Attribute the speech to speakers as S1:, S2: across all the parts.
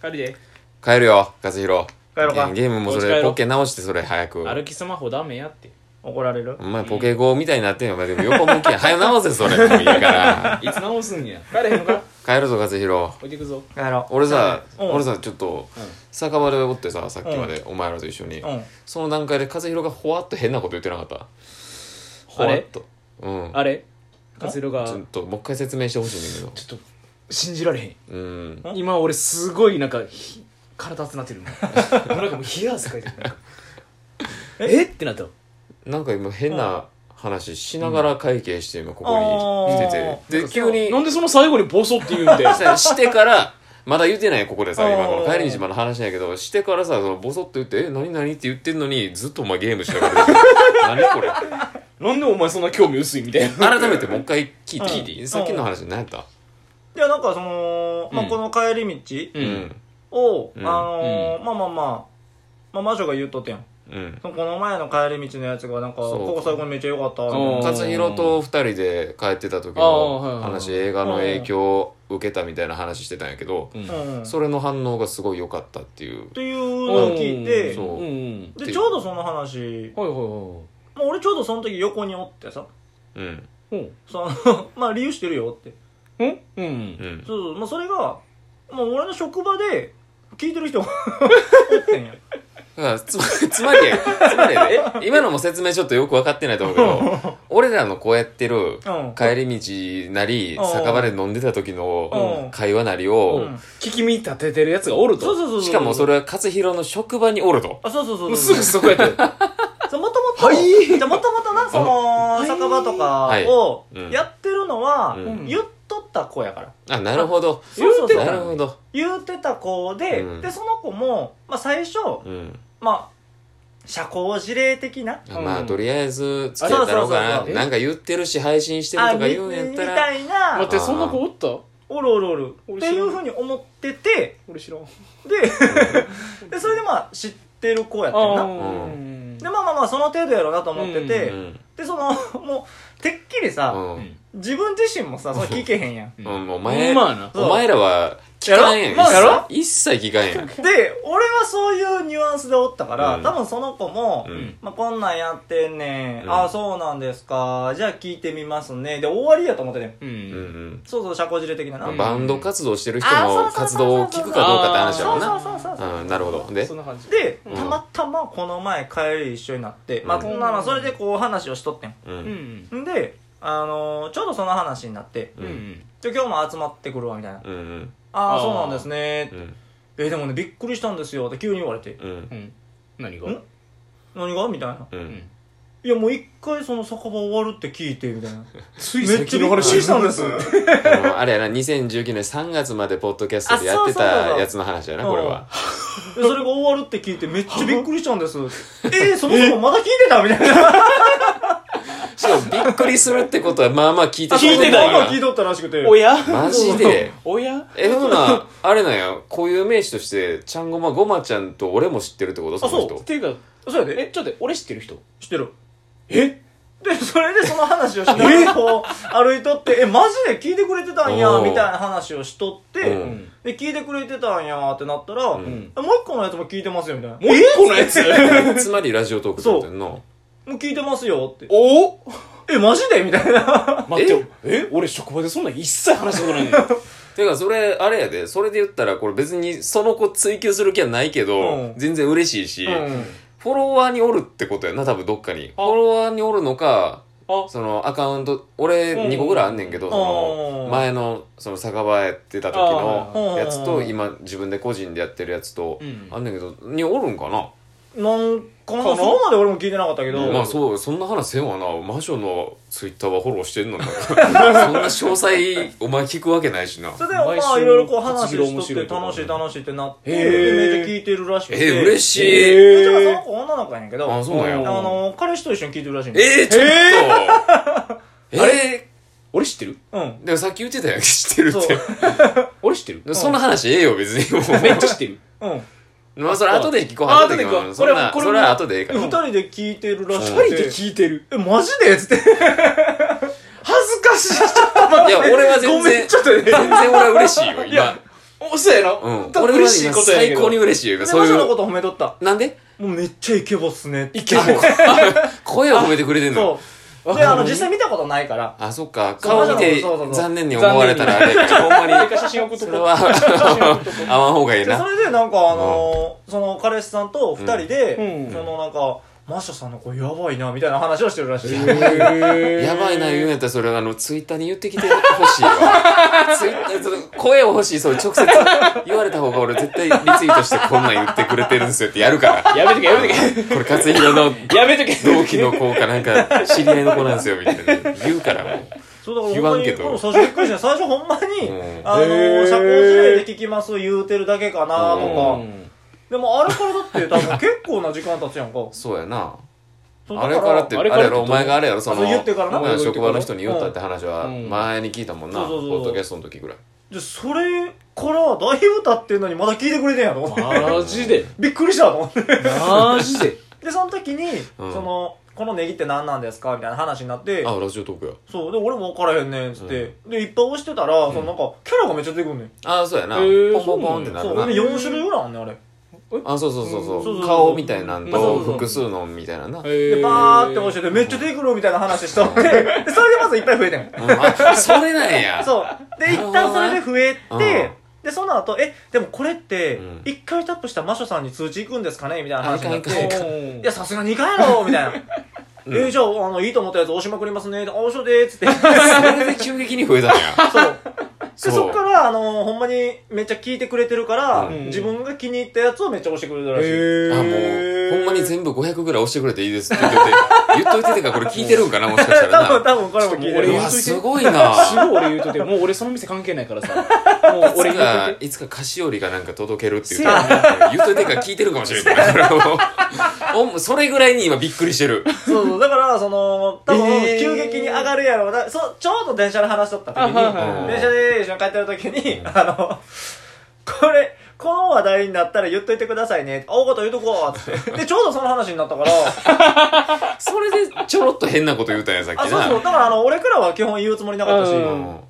S1: 帰るで
S2: 帰るよ和弘
S3: 帰ろうか
S2: ゲームもそ
S1: お家帰
S2: れ
S1: ろう
S2: ポケ直してそれ早く
S1: 歩きスマホダメやって
S3: 怒られる
S2: お前ポケゴーみたいになってんよお前でも横向 きや早直せそれもういいから
S1: いつ直すんや帰れへんのか
S2: 帰るぞ和弘
S1: 置いてくぞ
S3: 帰ろう
S2: 俺さ
S3: うん
S2: 俺さちょっと
S1: うん
S2: 酒場でおってささっきまでお前らと一緒に
S3: うん
S2: その段階で和弘がほわっと変なこと言ってなかったほ
S1: あ
S2: わっ
S1: れ
S2: とうん
S1: あれカツロが
S2: ちょっともう一回説明してほしいんだけ
S1: ちょっと信じられへん
S2: どうん
S3: ん
S1: 今俺すごいなんかひ体熱なってるなんかもう冷や汗かいてるなんかえってなった
S2: なんか今変な話しながら会計して今ここ
S3: うん
S2: に
S3: あー
S2: 来てて
S3: な
S2: で
S3: んか
S2: 急に
S1: なんでその最後にボソって言うんで
S2: さしてからまだ言ってないよここでさ
S3: うん
S2: 今この帰り道まだ話しないけどしてからさそのボソッと言って「え何何?」って言ってんのにずっとお前ゲームしながら 何これ
S1: なんでお前そんな興味薄いみたいな
S2: 改めてもう一回聞い
S3: うん
S2: て聞いていいさっきの話何やった
S3: いやなんかその、まあ、
S1: うん
S3: この帰り
S1: う
S3: 道
S2: うんん
S3: を、
S2: うん
S3: あのーまあまあまあまあ魔女が言っとってん
S2: うん
S3: そのこの前の帰り道のやつがなんか
S2: そう
S3: ここ最後にめっちゃ良かったみたいな
S1: うん
S2: 勝弘と二人で帰ってた時
S1: ああはい
S2: の
S1: はい
S2: 話映画の影響を受けたみたいな話してたんやけど
S1: うん
S3: うん、
S2: それの反応がすごい良かったっていう
S3: っていうのを聞いて
S2: そう
S1: うんうん
S3: でちょうどその話、
S1: はいはいは
S3: まあ、俺ちょうどその時横におってさ
S2: うん
S1: いうん
S3: その まあ理由してるよって
S1: うんうん
S2: うん
S3: そうそう、まあ、それが、まあ、俺の職場で聞いてる人が おってんや
S2: だからつま つまりやつまりやえ今のも説明ちょっとよく分かってないと思うけ ど俺らのこうやってる
S3: うん
S2: 帰り道なり
S3: うん
S2: 酒場で飲んでた時
S3: う
S2: の
S3: ん
S2: 会話なりを
S3: ん
S1: 聞き見立ててるやつがおると
S3: そうそうそうそう
S2: しかもそ
S3: れ
S2: れは勝弘の職場におると
S3: あそうそうそう
S1: もうす
S3: そう
S1: ぐそこやって
S3: そうもともと、じゃあもともとな、その、
S1: い
S3: 酒場とかを
S2: はいうん
S3: やってるのは
S2: う、
S1: ん
S3: 言っとった子やから。
S2: あなるほど
S1: 言うてた
S3: そう
S2: な
S3: そう
S2: る
S3: そ
S2: ほ
S3: う
S2: ど
S3: 言うてた子で
S2: う、ん
S3: で、その子も、まあ最初、
S2: うん
S3: まあ、社交辞令的な、
S2: あま
S1: う
S2: あ
S1: ん
S2: とりあえず付き合ったろう
S3: そうそう
S2: か
S3: そう
S1: そう
S2: ななんか言ってるし配信してる
S3: あ、
S2: とか
S3: み
S2: 言うんやっ
S3: み
S2: たら
S3: たい
S1: 待
S3: な
S1: っ、
S2: あ
S1: て
S2: ー
S1: そんな子おった
S3: おるおるおる、
S1: 俺
S3: っ
S1: 知ら
S3: て
S1: ん
S3: いうふうに思ってて、
S1: 俺知らん
S3: で、で、それでまあ、知ってる子やったよな。
S2: う
S3: で、まあまあまあ、その程度やろうなと思ってて、
S1: う
S2: うん
S3: で、その、もう、てっきりさ、
S2: うん
S3: 自分自身もさ、その聞けへんやん。
S2: うんお
S1: 前
S2: 前
S1: まあな
S2: お前らは聞かんやん
S3: やろまあやろ
S2: 一切聞かんやん
S3: で、俺はそういうニュアンスでおったから、
S2: うん
S3: 多分その子も、
S2: うん
S3: まあ、こんなんやってんねん、
S2: うん
S3: ああそうなんですかじゃあ聞いてみますねで終わりやと思ってね
S1: うん
S2: うんうん
S3: そうそう社交辞令的なな、
S2: まあ
S1: うん
S2: バンド活動してる人
S3: あそ
S2: の
S3: うそう
S2: 活
S3: そうそう
S2: 動を聞くかどうかって話やろ
S3: そううそう
S2: な
S3: そうそうそう
S2: うんなるほどで
S1: そんな感じ
S3: で
S2: うん
S3: たまたまこの前帰り一緒になって、ま
S2: う
S3: あ
S2: ん
S3: そんなのそれでこう話をしとってん
S1: う
S2: う
S1: んん
S3: んであのーちょうどその話になって
S2: うん
S1: うん
S3: 「で今日も集まってくるわ」みたいな「
S2: うんうん
S3: あ
S1: あ
S3: あ
S1: ー
S3: そうなんですね
S2: う」ん
S3: えでもねびっくりしたんですよ」って急に言われて
S2: う
S1: う
S2: ん
S1: ん何が
S3: ん「何が?」みたいな「
S2: う
S1: うんん
S3: いやもう一回その酒場終わるって聞いて」みたいな
S1: つい
S3: めっちゃびっくりしたんです。
S2: あのあれやな2019年3月までポッドキャストでやって
S3: あそうそうそうそ
S2: た
S3: う
S2: やつの話やなこれは
S3: それが終わるって聞いてめっちゃびっくりしたんです。えー、そもそもまだ聞いてたみたいな。
S2: しかもびっくりするってことはまあまあ聞いて
S1: 聞いてた
S2: た
S1: い
S2: よ
S3: 今
S2: な
S3: 聞いとったらしくて。
S1: おや
S2: マ ジで
S1: おや
S2: えほなあれなんや固有名詞としてちゃんごまごまちゃんと俺も知ってるってことその
S3: あ
S2: 人
S1: っていうか、
S3: そうやで。
S1: え、ちょっと待って俺知ってる人
S3: 知ってる。
S1: え
S3: で、それでその話をしながらこう歩いとって、え、マジで聞いてくれてたんや、
S2: おー
S3: みたいな話をしとって、
S2: う
S1: うんん。
S3: で、聞いてくれてたんやってなった
S2: ん
S3: ら、も
S2: う
S3: う
S1: も
S3: 一個のやつも聞いてますよ、みたいな。
S1: う一個のやつ
S2: つまりラジオトークってことやんの
S3: もう聞いてますよって。
S1: お
S3: え、マジでみたいな。
S1: 待ってよ、え俺職場でそんなん一切話したことないのよ。
S2: てかそれあれやでそれで言ったらこれ別にその子追求する気はないけど
S3: うん
S2: 全然嬉しいし
S3: うん。
S2: フォロワーにおるってことやな多分どっかにフ
S1: あ
S2: ォロワーにおるのか
S1: あ
S2: そのアカウント俺
S1: うん
S2: 2個ぐらいあんねんけど、
S3: ん
S2: その前のその酒場やってた時の
S3: あ
S2: やつ
S3: う
S2: と
S3: ん
S2: 今自分で個人でやってるやつと
S1: うん
S2: あんねんけどにおるんかな、
S3: なんかな
S1: かな
S3: そこまで俺も聞いてなかったけど。
S2: まあそうそんな話せんわな魔女のツイッターはフォローして んのにそんな詳細お前聞くわけないしな
S3: それで、
S1: 毎週
S3: まあ、いろいろこう話
S1: 活
S3: を
S1: 字が面
S3: し
S1: 白
S3: と
S1: い
S3: って、
S1: とか
S3: 楽しい楽しいってなって、
S1: へー
S3: でめっちゃ聞いてるらしくて。
S2: え嬉しい、
S1: え
S3: えだからその子女の子やねんけど、
S2: あ
S3: あ
S2: そうなん
S1: うん
S2: や
S3: の、彼氏と一緒に聞いてるらしいねん
S2: えー、ちょっと、えー、あれ
S1: 俺知ってる
S3: うん。
S2: でもさっき言ってたやん 知ってる
S3: そう。
S2: っ
S1: 俺知ってる
S2: てそんな話ええよ別にもう
S1: めっちゃ知ってる。
S3: うん。
S2: まあそれ後で聞こう
S1: あ
S2: 後で聞こ
S1: 後で聞こう
S2: うそれは
S1: これは
S2: それは後でええか
S3: で
S2: ら
S3: 二人で聞いてるらし
S1: 二
S3: く
S1: 人
S3: て。
S1: で聞いてる。
S3: え、マジでつって。恥ずかしい。
S2: いや俺は全
S3: ごめ
S2: 然
S3: ん、ちょっと
S2: 全
S3: ね。
S2: 然俺は嬉しいよ
S3: いや
S2: 今
S1: おそうやな、
S2: うん。
S1: 多分嬉しいことやけ
S2: 最
S1: ど
S2: 高に嬉しいよ。
S3: で
S2: そう
S3: 魔
S2: い
S3: 女の
S2: う。
S3: こと褒めとった
S2: なんで
S3: もうめっちゃイケボっすねって
S1: イケボ
S2: 声を褒めてくれてんのよ
S3: そうであの実際見たことないから
S2: あ、そっか。
S3: そ
S2: 顔
S3: う
S2: 見て
S3: そうそうそう
S2: 残念に思われたらあれ。ほんまに。
S1: 写真送っと
S2: そ
S1: こ
S2: れ
S1: う
S2: は、合わん方がいい
S3: で
S2: な
S3: そ。れでなんかあのーその彼氏さんと二人で、
S1: うんうん
S3: そのなんかマシャさんの子やばいなみたいな話をしてるらしい、
S2: やばいな言うんやったらそれあのツイッターに言ってきてほしいわツイッターその声を欲しいそう直接言われた方が俺絶対リツイートしてこんなん言ってくれてるんですよってやるから
S1: やめとけやめと
S2: これ勝弘の
S1: けやめとけ
S2: 同期の子かなん か知り合いの子なんですよみたいな言うからも
S3: そうだから
S2: 言わ
S3: ほ
S2: ん
S3: んま
S2: け
S3: に
S2: ど
S3: この最初びっくりした最初ほんまに、
S2: うん
S3: あの
S1: へ
S3: ー
S1: ー
S3: 社交辞令で聞きます言うてるだけかなとか、
S1: うん
S3: でもあれからだって多分結構な時間経つやんか
S2: うそうやな
S3: そうだ
S2: あれからってあ
S1: あ
S2: れ
S1: れから
S2: や
S1: って
S2: ろお前があれやろそ
S3: あそ
S2: の
S3: う言ってからな
S2: お前の職場の人に言ったって話は
S1: うん
S2: 前に聞いたもんな
S3: そう
S2: ポ
S3: そうそう
S2: ッドキャストの時ぐらい
S3: じゃそれからだいぶ経ってんのにまだ聞いてくれてんやろ
S1: マジで
S3: びっくりしたと思って
S1: マジで
S3: でその時に、
S2: うん
S3: そのこのネギって何なんですかみたいな話になって
S2: あラジオトークや
S3: そうで俺も分からへんねんっつって、でいっぱい押してたら、そのなんかキャラがめっちゃ出てくんねん
S2: あそうやな
S1: へー
S2: ポンポンポンってな
S3: そ
S2: る
S3: う
S2: な
S3: で4種類ぐらいあんねんあれ
S2: あそうそうそうそう,、
S3: うんそうそうそう
S2: 顔みたいなん
S1: まあそ
S2: と
S1: うそうそう
S2: 複数のみたいなな、
S3: で
S1: で
S3: バーって押しててめっちゃ出てくるみたいな話しと ってでそれでまずいっぱい増えてん
S2: うんあ それなんや
S3: そうで一旦それで増え
S2: うん
S3: てでその後えでもこれって
S2: うん
S3: 1回タップした魔女さんに通知行くんですかねみたいな話に
S2: あ
S3: なっ
S2: いかんいかんい
S3: て
S2: か
S3: いやさすがに2回やろみたいなえーじゃああのいいと思ったやつ押しまくりますねあ押しとでーっつって
S2: それで急激に増えたん や
S3: そう
S2: そ
S3: でそうっから、あのほんまにめっちゃ聞いてくれてるから、
S2: うん
S3: 自分が気に入ったやつをめっちゃ押してくれたらしい、
S2: あもうほんまに全部500ぐらい押してくれていいですって言ってて言っといててかこれ聞いてるんかなもしかしたら
S3: 多分
S2: な
S3: 多分これも聞いて
S1: ちょっともう
S2: う
S3: る
S1: 俺
S2: わ
S1: 言うといて
S2: すごいな
S1: すごい俺言うとてもう俺その店関係ないからさもう俺言
S2: いつ
S1: うと
S2: か
S1: いて
S2: いつか菓子折りがなんか届けるっていうか言っといてから聞いてるかもしれないから おもうそれぐらいに今びっくりしてる
S3: そうそうだからその
S1: え
S3: 多分
S1: ー
S3: 急激に上がるやろうな、そうちょうど電車の話しとった時に、
S1: あはい
S2: はいはい
S3: 電車で一緒に帰ってる時に、あのこれこの話題になったら言っといてくださいね大事言うとこうっつってでちょうどその話になったから
S2: それでちょろっと変なこと言うたんやさっきな
S3: あそうそうだからあの俺からは基本言うつもりなかった
S1: う
S3: し、
S2: うんん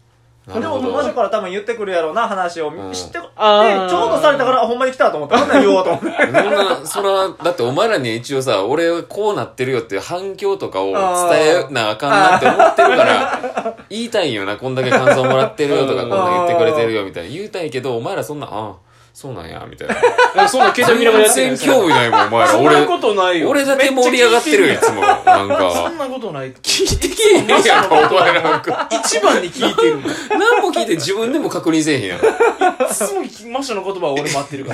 S2: な
S3: で
S2: る
S3: も
S2: ほど
S3: マジから多分言ってくるやろうな話を
S2: うん
S3: 知って、でちょう
S1: あー
S3: どされたからあほんまに来たと思ったほんなら言おうと思って
S2: そんな、そら、だってお前らに一応さ、俺はこうなってるよっていう反響とかを伝えなあかんなって思ってるから、言いたいんよな、こんだけ感想もらってるよとか、こ
S1: うんん
S2: だけ言ってくれてるよみたいな。言いたいけど、お前らそんな、ああ、そうなんや、みたいな。
S1: いやそんな携帯見ながらやってん
S2: 全然興味ないもん、お前ら。
S1: そんなこ
S2: 俺、
S1: とないよ
S2: 俺だけ盛り上がってるよ、いつも。なん
S1: そ
S2: か
S1: ん。なことない
S2: 聞いてきえへんやろ、お前らなんか。
S1: 一番に聞いて る
S2: 何も聞いて自分でも確認せえへんやろ。
S1: いつもきマシュの言葉は俺待ってるか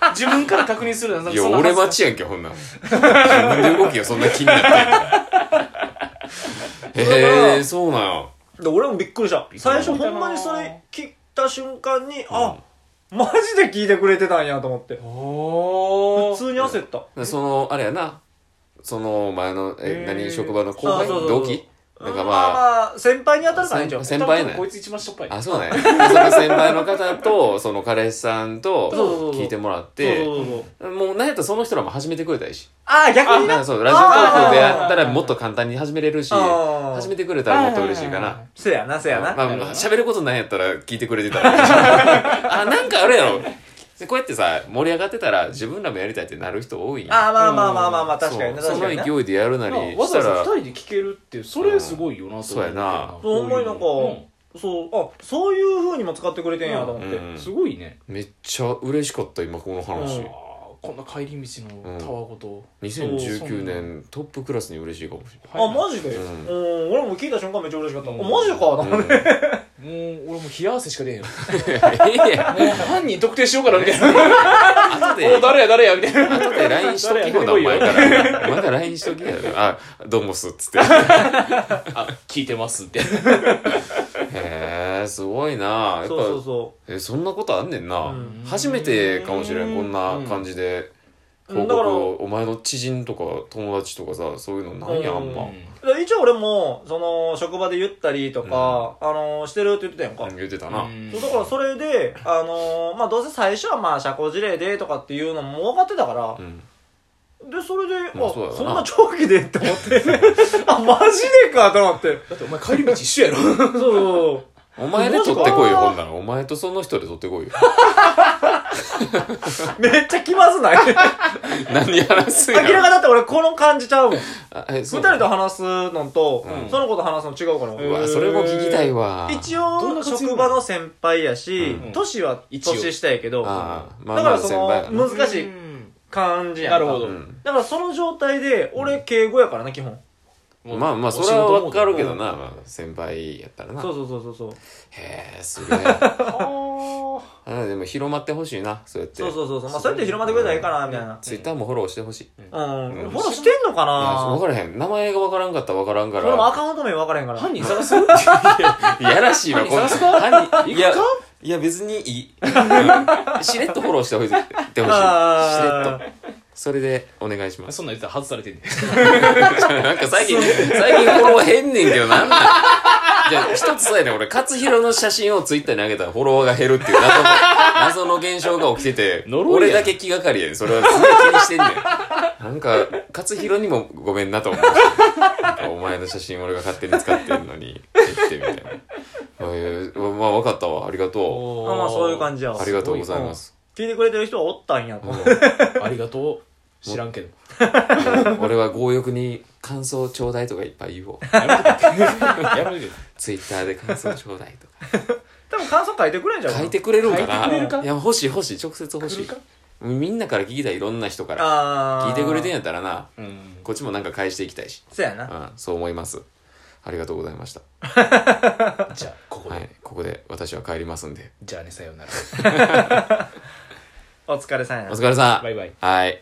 S1: ら 自分から確認するなんか
S2: いや、
S1: そんな
S2: 俺
S1: 恥
S2: 待
S1: ず
S2: ちやんけ、ほんなん。自分で動きがそんな気に なってんの。へえー、そうなんや。
S3: で俺もびっくりした
S2: くりした
S3: 最初ほんまにそれ聞いた瞬間に、あマジで聞いてくれてたんやと思って
S1: かしいお
S3: 普
S1: ー
S3: 通に焦った
S2: でそのあれやなその前のえ
S1: へー
S2: 何職場の後輩
S3: あそうそうそう
S2: 同期なんか
S3: うん
S2: まあ
S3: まあ先輩に当たるからね一応
S2: 先先輩ね
S1: 多分こいつ一番しょっぱい
S2: あそうねその先輩の方とその彼氏さんと
S3: そうそうそう
S2: 聞いてもらっ
S3: そう
S2: て
S3: そうそうそう
S2: もうなんやったらその人らも始めてくれたらいいし
S3: ああ逆
S2: な
S3: に
S2: ん
S3: な
S2: かそうラジオトークでやった
S1: あ
S2: ら
S1: ー
S2: もっと簡単に始めれるし
S3: あー
S2: 始めてくれたらもっと嬉しい
S1: は
S2: か
S1: いはいはい
S2: な
S3: せやなせやな、
S2: まあ
S1: なるほど
S2: 喋ることないやったら聞いてくれてたらあなんかあれやろでこうやってさ盛り上がってたら自分らもやりたいってなる人多いんや
S3: ああまあまあまあまあまあ確かにね
S2: そう
S3: 確
S2: そ
S3: かにね
S2: の勢いでやるなり
S1: なわ
S2: し
S1: ざ
S2: た
S1: わざ
S2: ら
S1: 二人で聞けるってそれすごいよなと思って
S2: そうやな
S1: こ
S3: そう
S1: うい
S3: 思
S1: う
S3: いなんか、
S1: の
S3: そうあそういう風にも使ってくれてんやと思って、
S2: うん
S1: すごいね
S2: めっちゃ嬉しかった今この話、
S3: う
S1: あ
S3: ん
S1: ーこんな帰り道のタワーごと
S2: 2019年トップクラスに嬉しいかもし
S1: はい
S3: あマジで、
S2: うん
S3: うん、俺も聞いた瞬間めっちゃ嬉しかった、
S1: うん
S3: あマジか
S2: れ
S3: な、
S2: ない、
S1: もう俺もう冷や汗しか出へんよ も
S2: うん、いや
S1: う犯人特定しようかなみたいな
S2: 後で
S1: お誰や誰やみたいな
S2: 後で LINE しときほなお
S1: 誰や
S2: 前からお前から LINE しときやであどうもっすっつってへ
S1: あ聞いてますって
S2: えすごいなやっぱ
S3: そうそうそ
S2: えそんなことあんねんな、
S3: うん
S2: 初めてかもしれんこんな感じで
S3: う
S2: 報
S3: んだか
S2: 告
S3: ら
S2: をお前の知人とか友達とかさそういうのないやんあんま、
S3: ううだから一応俺もその職場で言ったりとか、あのしてるって言ってたやんか、
S2: うん言ってたな、
S3: そうだからそれで、あのまあ、どうせ最初はまあ社交辞令でとかっていうのも分かってたから、
S2: うん
S3: でそれで、
S2: まあ
S3: あ
S2: そうやろな
S3: そんな長期で って思ってあマジでかと思って
S1: だってお前帰り道一緒やろ
S3: そうそう
S2: お前で取ってこいよ、ほんなら。お前とその人で取ってこいよ。
S3: めっちゃ気まずない
S2: 何話すん
S3: 明ら
S2: や
S3: かだって俺この感じちゃうもん
S2: あえそ
S3: 二
S2: う
S3: 人と話すのと、
S2: うん
S3: その子と話すの違うから、
S2: うわ、それも聞きたいわ。
S3: 一
S1: どんな
S3: 応
S1: 活用
S3: 職場の先輩やし
S2: うん
S3: 年、は
S1: 一応
S3: 年下やけど
S2: ああ、まあ
S3: だか
S2: ま
S3: ら
S2: あ
S3: そ
S2: 先
S3: の
S2: 輩やな。
S3: 難しい感じやん
S1: な
S3: か
S1: るほど
S2: うん
S3: だからその状態で俺敬語やからな基本
S2: まあまあ、それはわかるけどな、まあ、先輩やったらな。
S3: そうそうそうそうそう
S2: へえ、すげ え。
S1: あ
S2: あでも広まってほしいな、そうやって。
S3: そうそうそうそうまあそうやって広まってくれたらいいかなみたいな
S2: ツイッターもフォローしてほしい。
S3: うん、
S2: うん
S3: フォローしてんのか
S2: いやわ
S3: な
S2: からへん。名前がわからんかったらわからんか
S3: 俺もア
S2: ら。
S3: カウント名分からへんから
S1: 犯人探す
S2: いやらしいわ、この
S1: 何さす
S2: 犯人いや
S1: 行くか、
S2: いや別にいい。うんしれっとフォローしてほしい。ってほしい。しれっ
S3: あ
S2: と。それでお願いしま す。
S1: そんなん言ったら外されてんねん
S2: なんか最近、最近フォロー減んねんけど、なんなんじゃあ、一つさえね、俺、勝弘の写真をツイッターに上げたらフォロワーが減るっていう謎の、謎の現象が起きてて、
S1: 呪いやん
S2: 俺だけ気がかりやねん。それはすごい気にしてんねん。なんか、勝弘にもごめんなと思うしなんかお前の写真俺が勝手に使ってんのに、言ってみたいな。えー、まあ、わかったわ。ありがと
S3: まあまあそういう感
S1: じ
S3: じや
S2: う。
S3: わ
S2: ありがとうございます。
S3: 聞いてくれてる人はおったんやと、
S1: ありがとう知らんけど
S2: うん俺は強欲に感想ちょうだいとかいっぱい言おう。
S1: や めてよ
S2: ツイッターで感想ちょうだいとか。
S3: 多分感想書いてくれんじゃん
S2: 書いてくれるんか
S1: 書いてくれる
S2: な
S1: か
S2: いや欲しい欲しい直接欲し
S1: 来るか
S2: いみんなから聞きたいいろんな人から
S3: ああ
S2: 聞いてくれてんやったらな
S1: やめてうん
S2: こっちもなんか返していきたいし、
S3: そうやな、
S2: うん、そう思いますありがとうございました
S1: じゃあここ
S2: はい
S1: で
S2: ここで私は帰りますんで
S1: じゃあねさようなら
S3: お疲れさんや
S2: お疲れさん
S1: バイバイ
S2: はい